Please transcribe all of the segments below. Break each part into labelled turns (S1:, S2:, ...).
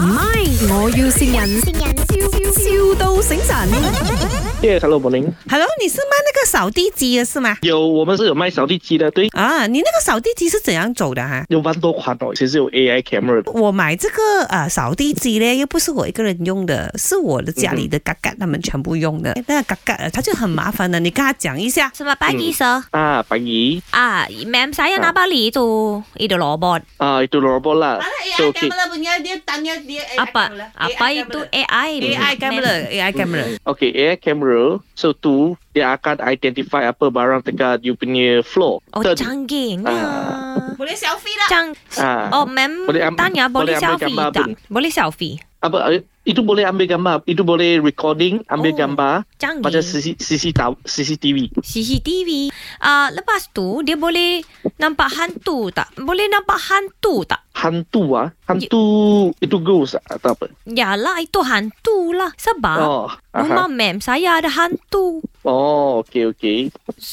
S1: 唔係，我要善人，笑笑到醒神。
S2: 耶，Hello，柏林。
S3: Hello，你是卖那个扫地机的是吗？
S2: 有，我们是有卖扫地机的，对，
S3: 啊，你那个扫地机是怎样走的哈、
S2: 有蛮多款哦，其实有 AI camera 的。
S3: 我买这个呃扫地机呢，又不是我一个人用的，是我的家里的嘎嘎他们全部用的。那个嘎嘎呃它就很麻烦的，你跟他讲一下。
S4: Selamat pagi,
S2: Hmm.
S4: sir.
S2: 啊，白姨
S4: Ah, ma'am saya nak balik tu. Itu robot.
S2: 啊，itu robot lah。啦，so OK
S4: Apa? Ah, Apa itu AI?
S3: AI camera，AI camera。
S2: OK AI camera so tu dia akan identify apa barang dekat you punya floor.
S4: Oh, canggihnya.
S3: Boleh selfie
S4: Cang.
S2: Ah.
S4: Oh, ma'am
S2: Boleh am-
S4: tanya
S2: boleh
S4: boleh
S2: ambil
S4: selfie
S2: gambar
S4: tak?
S2: pun.
S4: Boleh selfie.
S2: Apa eh, itu boleh ambil gambar, itu boleh recording, ambil
S4: Oh,
S2: gambar macam
S4: Canggih.
S2: CC, CC, tahu- CCTV.
S4: CCTV. Ah, lepas tu dia boleh nampak hantu tak? Boleh nampak hantu tak?
S2: Hantu ah, hantu itu ghost ah, atau apa?
S4: Yalah, itu hantu lah. Sebab
S2: Oh, aha.
S4: rumah ma'am saya ada hantu.
S2: Oh, okey okey.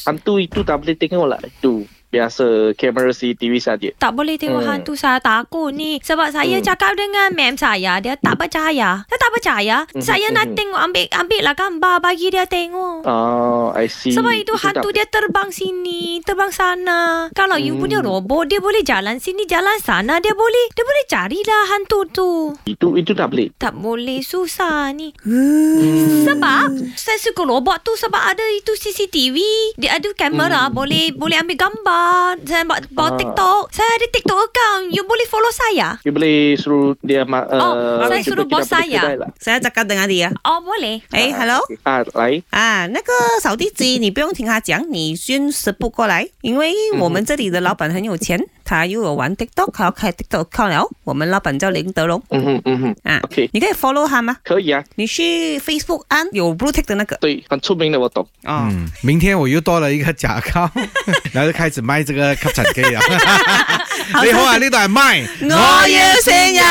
S2: Hantu itu tak boleh tengok lah itu. Biasa kamera CCTV saja.
S4: Tak boleh tengok
S2: Hmm.
S4: hmm. hantu saya takut ni Sebab
S2: Hmm.
S4: saya hmm. cakap dengan mem saya Dia tak percaya Dia tak percaya
S2: Mhm,
S4: Saya
S2: mhm.
S4: nak tengok ambil ambil lah gambar bagi dia tengok
S2: Oh, I see.
S4: Sebab itu
S2: tak-
S4: hantu dia terbang sini Terbang sana Kalau
S2: Hmm.
S4: you punya robot Dia boleh jalan sini jalan sana Dia boleh Dia boleh carilah hantu tu
S2: itu itu tak boleh.
S4: Tak boleh susah ni
S2: Hmm.
S4: Sebab Saya suka robot tu Sebab ada itu CCTV Dia ada kamera
S2: Hmm.
S4: Boleh boleh ambil gambar Saya buat, buat
S2: Ah.
S4: TikTok Saya ada TikTok account You boleh follow saya
S2: You boleh suruh dia ma-
S4: Oh, saya
S2: jumpa
S4: suruh
S2: kita
S4: bos
S2: pada
S4: saya.
S2: kedai lah. Ah,
S3: saya cakap dengan你啊。
S4: Oh boleh
S3: 哎 Eh,
S2: 啊
S3: ，hello。
S2: 啊，来，
S3: 啊，那个扫地机你不用听他讲，你先实步过来，因为我们这里的老板很有钱，他又有玩 TikTok，还要开 TikTok account 了。我们老板叫林德龙
S2: 嗯哼嗯哼，
S3: 啊
S2: OK
S3: 你可以 follow 他吗？
S2: 可以啊，
S3: 你去 Facebook 按有 blue tick 的那个
S2: 对，很出名的，我懂。
S3: 哦。
S5: 嗯，明天我又多了一个假靠，然后就开始卖这个吸尘 机啊！你好啊，呢度系卖，
S3: 我要新哦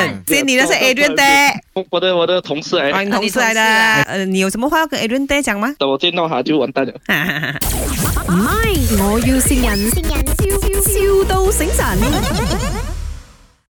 S3: 人，这你的是 Adrian 爹，
S2: 我我的我的同事
S3: 啊，
S2: 哎，
S3: 你同事来的。呃，你有什么话要跟 Adrian 爹讲吗？
S2: 等我见到他就完蛋了。
S1: 唔係，我要善人，笑笑到醒神。